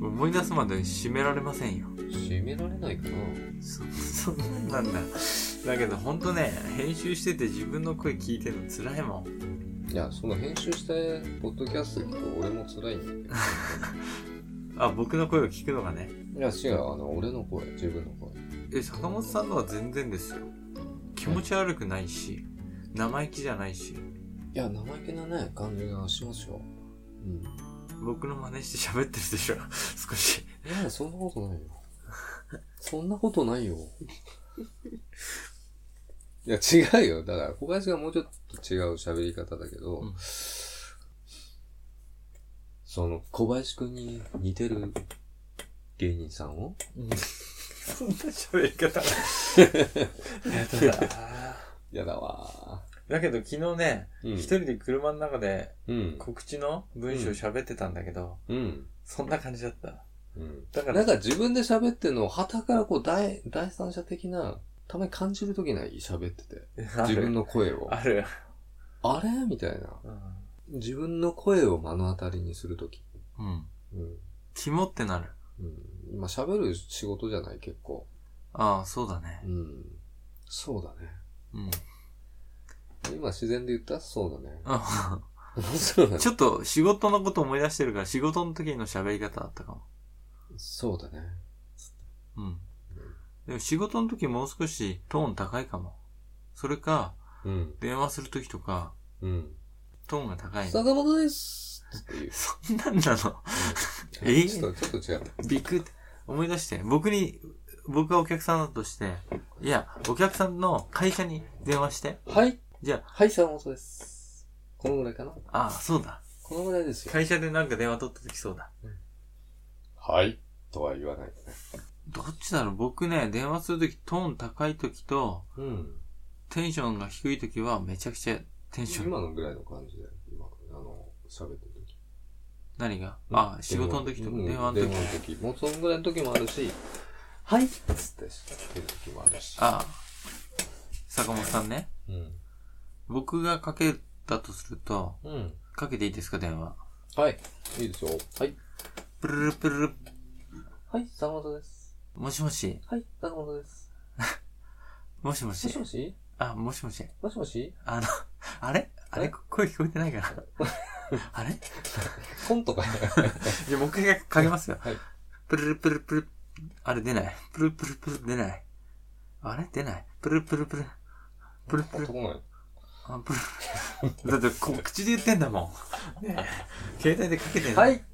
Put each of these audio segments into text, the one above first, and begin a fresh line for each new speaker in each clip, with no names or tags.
思い出すまで締められませんよ。
締められないかな
そ、そんなんなんだ。だけどほんとね、編集してて自分の声聞いてるの辛いもん。
いや、その編集したポッドキャスト聞くと俺も辛いんだよ。
あ、僕の声を聞くのがね。
いや、違う、あの、俺の声、自分の声。
え、坂本さんのは全然ですよ。気持ち悪くないし、生意気じゃないし、
いや、生意気なね、感じがしますよ。うん。
僕の真似して喋ってるでしょ。 少し。
いや、そんなことないよ。 そんなことないよ。 いや、違うよ。だから、小林がもうちょっと違う喋り方だけど、
うん
その、小林くんに似てる芸人さんを
そんな喋り 方。
やだやだわ
だけど昨日ね、
ー。う
一、人
ん。
で車の中で
うん。
告知の文章喋ってたんだけど、
うん。
そんな感じだった。
うん。
だか
な
ら
ん、か自分で喋ってんのを、旗からこう、第、第三者的な、たまに感じるときない喋ってて。
あ
自分
る。
の声を。
ある。
あれみたいな。
う
自分の声を目の当たりにするとき。
ん。
うん。
肝ってなる。
うん。今喋る仕事じゃない結構。
ああ、そうだね
う。ん。そうだね。
うん。
今自然で言ったそうだね。
あ
そうだね。
ちょっと仕事のこと思い出してるから、仕事の時の喋り方だったかも。
そうだね。
うん。でも仕事の時もう少しトーン高いかも。それか、
うん。
電話する時とか、
うん。
トーンが高い。そ
坂本ですって
ん
言う。
なんなの。
うん
え
ちょっと、ちょっと違う。
びっくって思い出して、僕に、僕がお客さんだとして、いや、お客さんの会社に電話して。
はい。
じゃ
はい、坂本です。このぐらいかな
あ、ああ、そうだ。
このぐらいですよ。
会社でなんか電話取った時そうだ。
はい。とは言わない。
どっちだろう僕ね、電話するとき、トーン高いときと、
うん。
テンションが低いときは、めちゃくちゃテンション。
今のぐらいの感じで、今、あの、喋ってる時
何がああ、仕事の時とか、電話の時
電。話の時。もうそんぐらいの時もあるし、はいっつってしてる時もあるし。
ああ、坂本さんね。
うん。
僕がかけたとすると、
うん。
かけていいですか、電話。
はい。いいですよ。はい。
プルルプルル、
はい、坂本です。
もしもし、
はい、坂本です。
もしもし
もし、もし
あ、もしもし、
もしもし
あの、あれあれ
え
声聞こえてない かなあれ
コント かよ。
じゃあもう一回かけますよ。
はい
プルルプルプル、あれ出ない。プルプルプル出ない。あれ出ない。プルプルプル。プルプル
と。こない。
あ、プル。 だってこう口で言ってんだもん。ねえ携帯でかけてんの
は。い。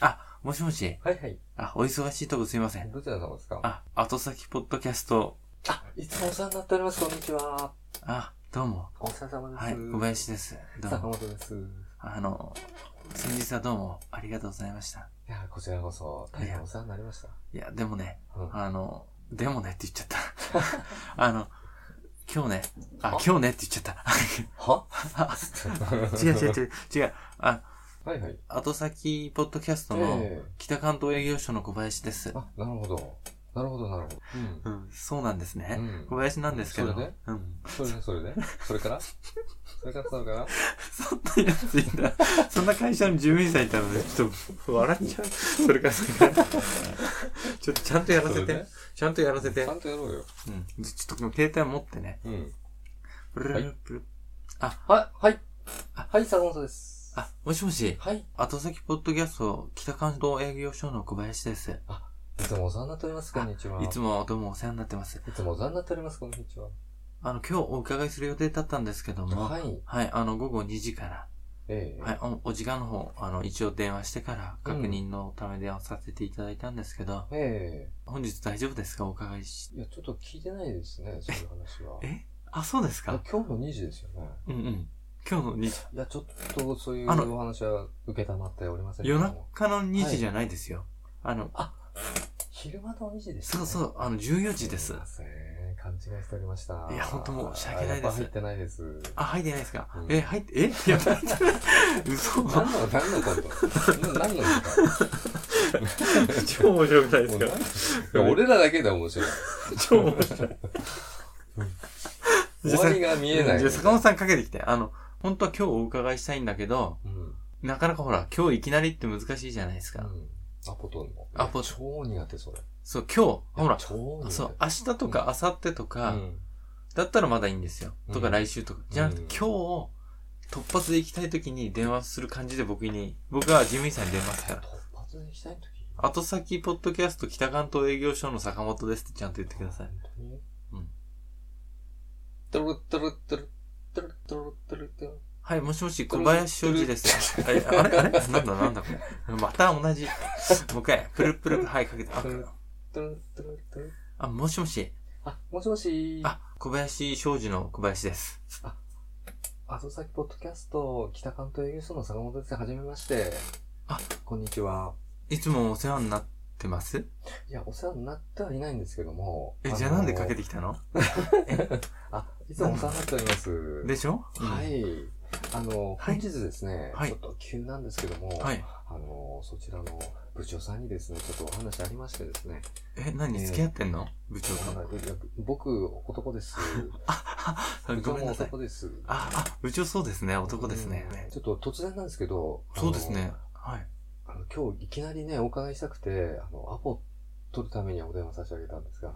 あ、もしもし。
はいはい。
あ、お忙しいとこすいません。
どちら様ですか
あ、後先ポッドキャスト。
あ、いつもお世話になっております。こんにちは。
あ、どうも。
お世話様です。
はい、小林です。どう
坂
も。
本です。
あの、先日はどうもありがとうございました。
いや、こちらこそ、大変お世話になりました。
いや、でもね、
うん
あの、でもねって言っちゃ った。あの、今日ね、あ
は、
今日ねって言っちゃっ
は
た。違う違う違う違う。あ、
はいはい。
後先ポッドキャストの
え
北関東営業所の小林です。
えあ、なるほど。なるほど、なるほど。うん
うん、そうなんですね。
うん
小林なんですけど。
それで
うん。
それで、それで、それからそれから、それから
そんなやついた。そんな会社の従業員さんいたので、ちょっと笑っちゃう。それからそれから。ちょっとちゃんとやらせ
それ
て
で。
ちゃんとやらせて
ちゃ。んとやろうよ。
うん。ちょっと携帯持ってね。
うん。
プルルルプル
はい、はい。はい、坂本です。
あ、もしもし。
はい。
後先ポッドキャスト、北関東営業所の小林です。
いつもお世話になっております、こんにちは。
いつもどうもお世話になってます。
いつもお世話になっております、こんにちは。
あの、今日お伺いする予定だったんですけども、、
はいい。
あの、午後2時から、
ええ
はい、おお時間の方、あの、一応電話してから確認のため電話させていただいたんですけど、
え
本日大丈夫ですかお伺いし
え。いや、ちょっと聞いてないですね、そういう話は。
えあ、そうです
いや
か
今日の2時ですよね。
うんうん。今日の2時、
いや、ちょっとそういう
あの
お話は受けたまっておりませんけど
夜
も。
中の2
は
時
い
じゃないですよ。あの、
昼間の2時です、ね。
そうそう、あの、14時です
い。ません。勘違いしておりました。
いや本当申し訳ないです
あやっぱ入ってないです。
あ、入ってないですか、
うん
え、入って、えいや、入ってない 嘘
何の、何のことな何の
超面白くないで
こと
す
も
か
う何いや俺らだけで面白い。
超面白い。
終わりが見えない。
じゃあ坂本さんかけてきて。あの、本当は今日お伺いしたいんだけど、
うん。
なかなかほら、今日いきなりって難しいじゃないです
う
か。
ん。アポ取るの。
アポ
超苦手、それ。
そう、今日、ほら、
超苦手。
そう、明日とか明後日と
う
か、
ん。
だったらまだいいんですよ。と
う
か
ん
来週とか。じゃなくて、
うん
今日、突発で行きたい時に電話する感じで僕に、僕は事務員さんに電話すから。
突発にしたいとき。
後先、ポッドキャスト北関東営業所の坂本ですってちゃんと言ってください。
本当に
うん。
トゥルトゥルトゥルトゥルトゥルトゥルトゥル
はい、もしもし、小林正治 です。あれ、あれあれなんだなんだこれ。また同じ。もう一回、プルプル、はい、かけて。あ、
トゥルトゥルトゥル
あもしもし。
あ、もしもし。
あ、小林正治の小林です。
後先ポッドキャスト、北関東営業所の坂本です。はじめまして。
あ、
こんにちは。
いつもお世話になってます
いや、お世話になってはいないんですけども。
え、じゃあなんでかけ
て
てきたの
あ、いつもお世話になっております。
でしょ
は。
うん
い。あの、
はい
本日ですね、
はい
ちょっと急なんですけども、
はい。
あの、そちらの部長さんにですね、ちょっとお話ありましてですね、
え、何付き合ってんの部長
あ
と。
のいや僕、男です。
あ、
部
ご
長
めん
も
なさい。
男です。
あ、あ、部長そうですね。男ですね。
うんちょっと突然なんですけど、あの
そうですね。はい。
あの今日いきなりね、お伺いしたくて、あの、アポ取るためにお電話差し上げたんですが。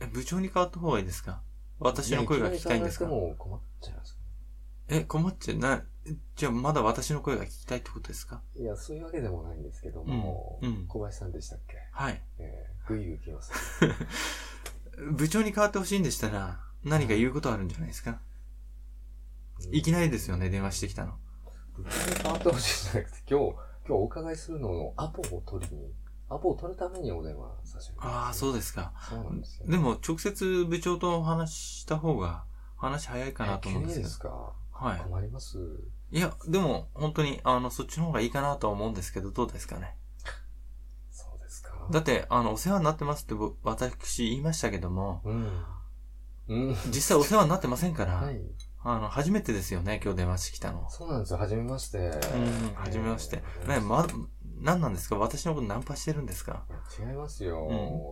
え、部長に変わった方がいいですか私の声が聞きたいんですか
やきなり考えても困っちゃいますか
え、困っちゃう。な、えじゃあまだ私の声が聞きたいってことですか
いや、そういうわけでもないんですけども、
うんうん
小林さんでしたっけ
はい。
えー、ぐいぐい来ます。
部長に変わってほしいんでしたら、何か言うことあるんじゃないですか いきなりですよね、電話してきたの。
変わってほしいじゃなくて、今日、今日お伺いするののアポを取りに、アポを取るためにお電話差し上げたんですよ
ああ、そうですか。
そうなんですよ。
でも、直接部長とお話しした方が、話早いかなと思うん
え
で
急
す
に
け
で
ど
す。か
はい。
困ります。
いや、でも、本当に、あの、そっちの方がいいかなとは思うんですけど、どうですかね。
そうですか
だって、あの、お世話になってますってぼ、私言いましたけども、
うん。うん。
実際お世話になってませんから、
はい。
あの、初めてですよね、今日電話してきたの。
そうなんですよ。はじめまして。
うん、初めまして。ね、ま、何なんですか私のことナンパしてるんですか
違いますよ。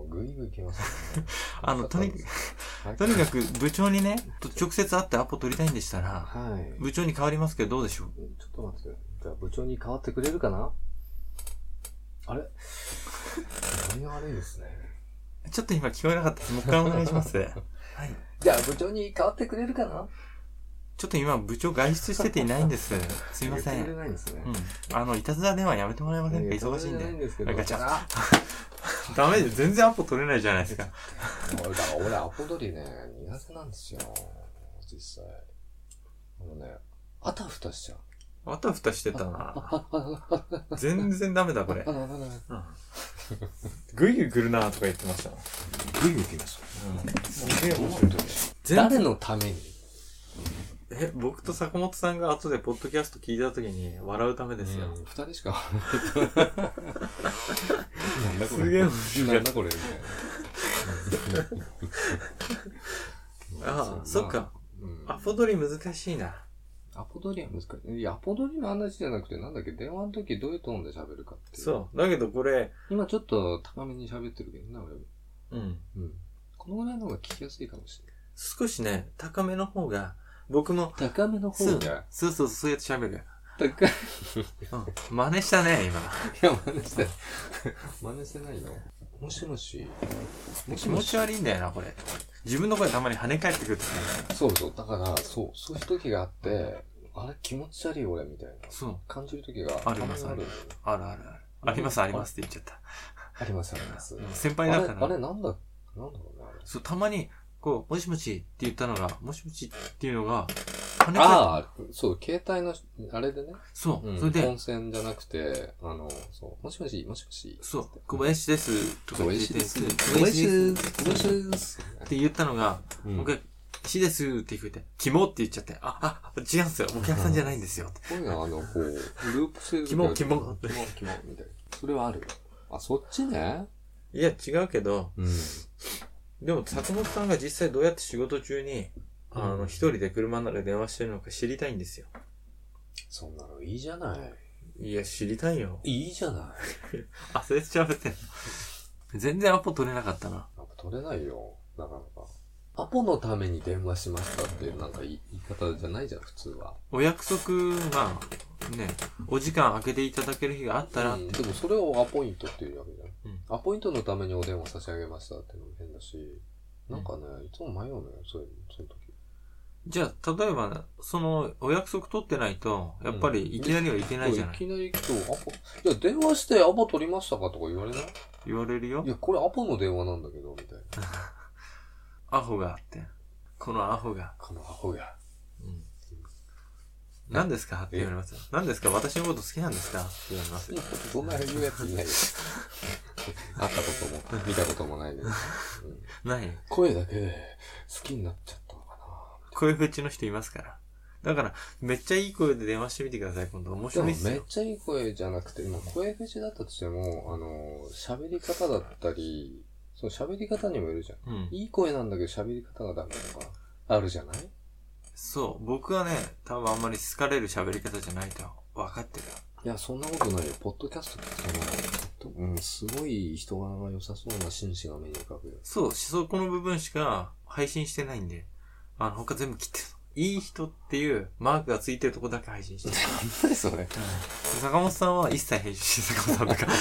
ぐいぐい来ますよね
あのとにか
く
とにかく、部長にね、と直接会ってアポ取りたいんでしたら、
はい。
部長に変わりますけど、どうでしょう
ちょっと待って。じゃあ部長に代わってくれるかなあれ何が悪いですね。
ちょっと今聞こえなかったです。もう一回お願いします。はい。
じゃあ部長に代わってくれるかな
ちょっと今、部長外出してていないんです。すいませ
言
ん。
ってく
う
れ
ん。
ないんですね。
あの、いたずら電話やめてもらえませんか
や
忙しいん
言ってくれな
で。
ですけど
ガチャ
あ
ダメで全然アポ取れないじゃないですか。
俺だから俺、アポ取りね、苦手なんですよ。実際。あのね、あたふたしちゃう。
わたふたしてたな。全然ダメだ、これ
あ。らあらあら。
ぐいぐい来るなとか言ってました。
ぐいぐい来ますよ。
すげえ面白い。全
誰のために
え、僕と坂本さんが後でポッドキャスト聞いた時に笑うためですよ。
うん二人しか。
すげえ面白
ないんだこれみたいな。
ああ、そっか。。
うん、
アポ取り難しいな。
アポ取りは難しい。いや、アポ取りの話じゃなくて、なんだっけ、電話の時どういうトーンで喋るかっていう。
そう。だけどこれ、
今ちょっと高めに喋ってるけどな、俺。
うん。
うん。このぐらいの方が聞きやすいかもしれない。
少しね、高めの方が、僕も、
高めの方
そう
が。
そうそう、そうやって喋る。
高い。
うん。真似したね、今。
いや、真似して。真似してないよ。もしもし。も
気持ち悪いんだよな、これ。自分の声たまに跳ね返ってくるってね。
そうそう。だから、そう、そういう時があって、あれ気持ち悪い俺みたいな。
そう。
感じる時が
あります
たまにある。
あるあるある。あります、ありますって言っちゃった。
あります、あります。
先
あ
輩
れ、
だか
あ
ら
れ、。なんだ、なんだろうね、あれ。
そう、たまに、こう、もしもしって言ったのが、もしもしっていうのが、跳ね返って、
ああ、そう、携帯の、あれでね、
そうう、
ん、
それで、
本線じゃなくて、あの、そう、もしもし、もしもし、
そう、小林ですとか
小
言って
林
て、
です。
小林です
す。小林です。
って言ったのが、
うん
僕、石ですって聞こえて、キモって言っちゃって、あ、あ、違うんすよ。お客さんじゃないんですよ。
こういうのは、あの、こう、ループしてる時
キモキモ
キモ、キモ、みたいな。それはある。あ、そっちね。
いや、違うけど、
うん。
でも、坂本さんが実際どうやって仕事中に、あ
うん
の、一人で車の中で電話してるのか知りたいんですよ。
そんなのいいじゃない。
いや、知りたいよ。
いいじゃない。
あ、それ調べてんの。全然アポ取れなかったな。
やっぱ取れないよ、なかなか。アポのために電話しましたって、なんか言い言い方じゃないじゃん、普通は。
お約束、まあ、ね、お時間空けていただける日があったらっ
うん
て。
でもそれをアポイントっていうわけじゃん。
うん
アポイントのためにお電話差し上げましたっていうのも変だし、なんかね、いつも迷うのよ、そういうの、その時。
じゃあ、例えば、その、お約束取ってないと、やっぱり、いきなりはいけないじゃないい、
きなり今日アポ、いや、電話してアポ取りましたかとか言われない
言われるよ
い。や、これアポの電話なんだけど、みたいな。
アホがあって。このアホが。
このアホが。
うん。何ですかって言われますよ。何ですか私のこと好きなんですかって言われますよ。
そんな言うやついない よ。会ったことも、見たこともないのに、うん
ない
声だけで好きになっちゃったのかな。
声フェチの人いますから。だから、めっちゃいい声で電話してみてください。今度面
で
白
も
いっす
めっ
よ。
ちゃいい声じゃなくて、今声フェチだったとしても、あの、喋り方だったり、その喋り方にもよるじゃん。
うん。
いい声なんだけど喋り方がダメとか、あるじゃない
そう。僕はね、多分あんまり好かれる喋り方じゃないと分かってるよ。
いや、そんなことないよ。ポッドキャスト聞くとねとっても、うん、すごい人柄が良さそうな紳士が目に浮かぶよ。
そう、そこの部分しか配信してないんで、あの、他全部切ってるの。いい人っていうマークがついてるとこだけ配 信してる。
何それ
坂本さんは一切編集して坂本さんとか。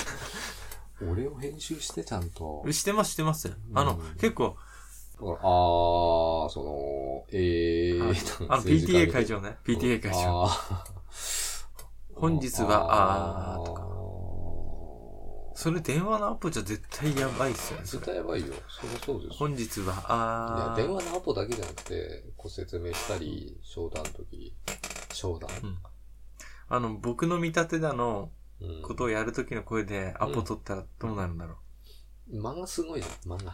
俺を編集してちゃんと。
してます、してます。あの
うん、
結構、
だからあー、その、
あ
えー、
のあの PTA 会。場ね。PTA 会場。
あー
本日はあーとか。
そ
それ電話のアポじゃ絶対やばいっすよね、そ
絶
れ。
対やばいよ。そりゃそうですよ。い
本日は、
や、
あー。
電話のアポだけじゃなくて、ご説明したり、商談の時、商談。
あの、僕の見立てだの
うん。
ことをやるときの声でアポ取ったらどうなるんだろう。
漫画すごいじゃん、漫画。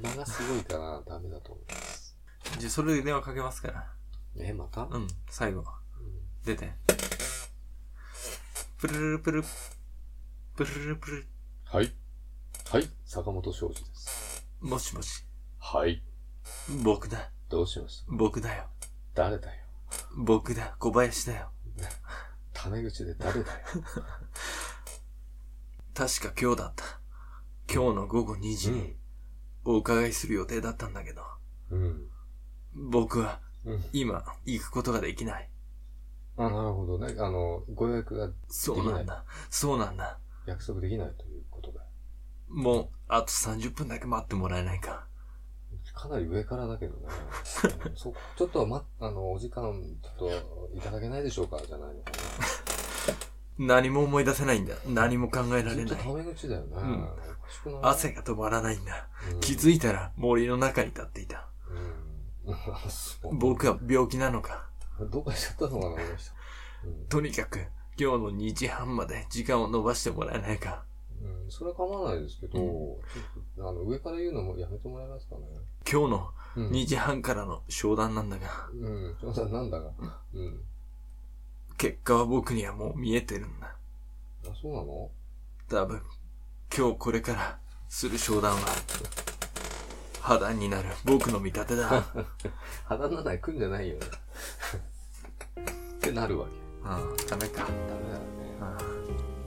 漫画すごいからダメだと思います。
じゃあ、それで電話かけますから。
え、また、
うん、最後。
うん
出て。プルルルプル、プルルルプル、
はい。はい、坂本昌司です。
もしもし。
はい。
僕だ。
どうしました
僕だよ。
誰だよ。
僕だ。小林だよ。
タメ口で誰だよ。
確か今日だった。今日の午後2時にお伺いする予定だったんだけど、
うん。
僕は
うん。
今行くことができない。
あ、なるほどね。あの、ご予約が
そうなんだ。そうなんだ。
約束できないということで。
もう、あと30分だけ待ってもらえないか。
かなり上からだけどね。 うんそちょっと、ま、あの、お時間、ちょっと、いただけないでしょうかじゃないのか
何も思い出せないんだ。何も考えら
な。ず
れ
っと
ない
タ。メ口だよね。
ん
おかしくない
汗が止まらないんだ。
うん
気づいたら森の中に立っていた。
うん。 あそう
僕は病気なのか。
どうかしちゃったのかな、この人。うん
とにかく、今日の2時半まで時間を延ばしてもらえないか。
うん、それは構わないですけど、
うん
ちょっとあの上から言うのもやめてもらえますかね。
今日の
うん
2時半からの商談なんだが、
うん、ちょっとなんだか。うん。
結果は僕にはもう見えてるんだ。
あ、そうなの
多分、今日これからする商談は、破談になる僕の見立てだ。
肌なない来んじゃないよね。 ってなるわけ。
ああ、ダメか。
ダメだよね。
ああ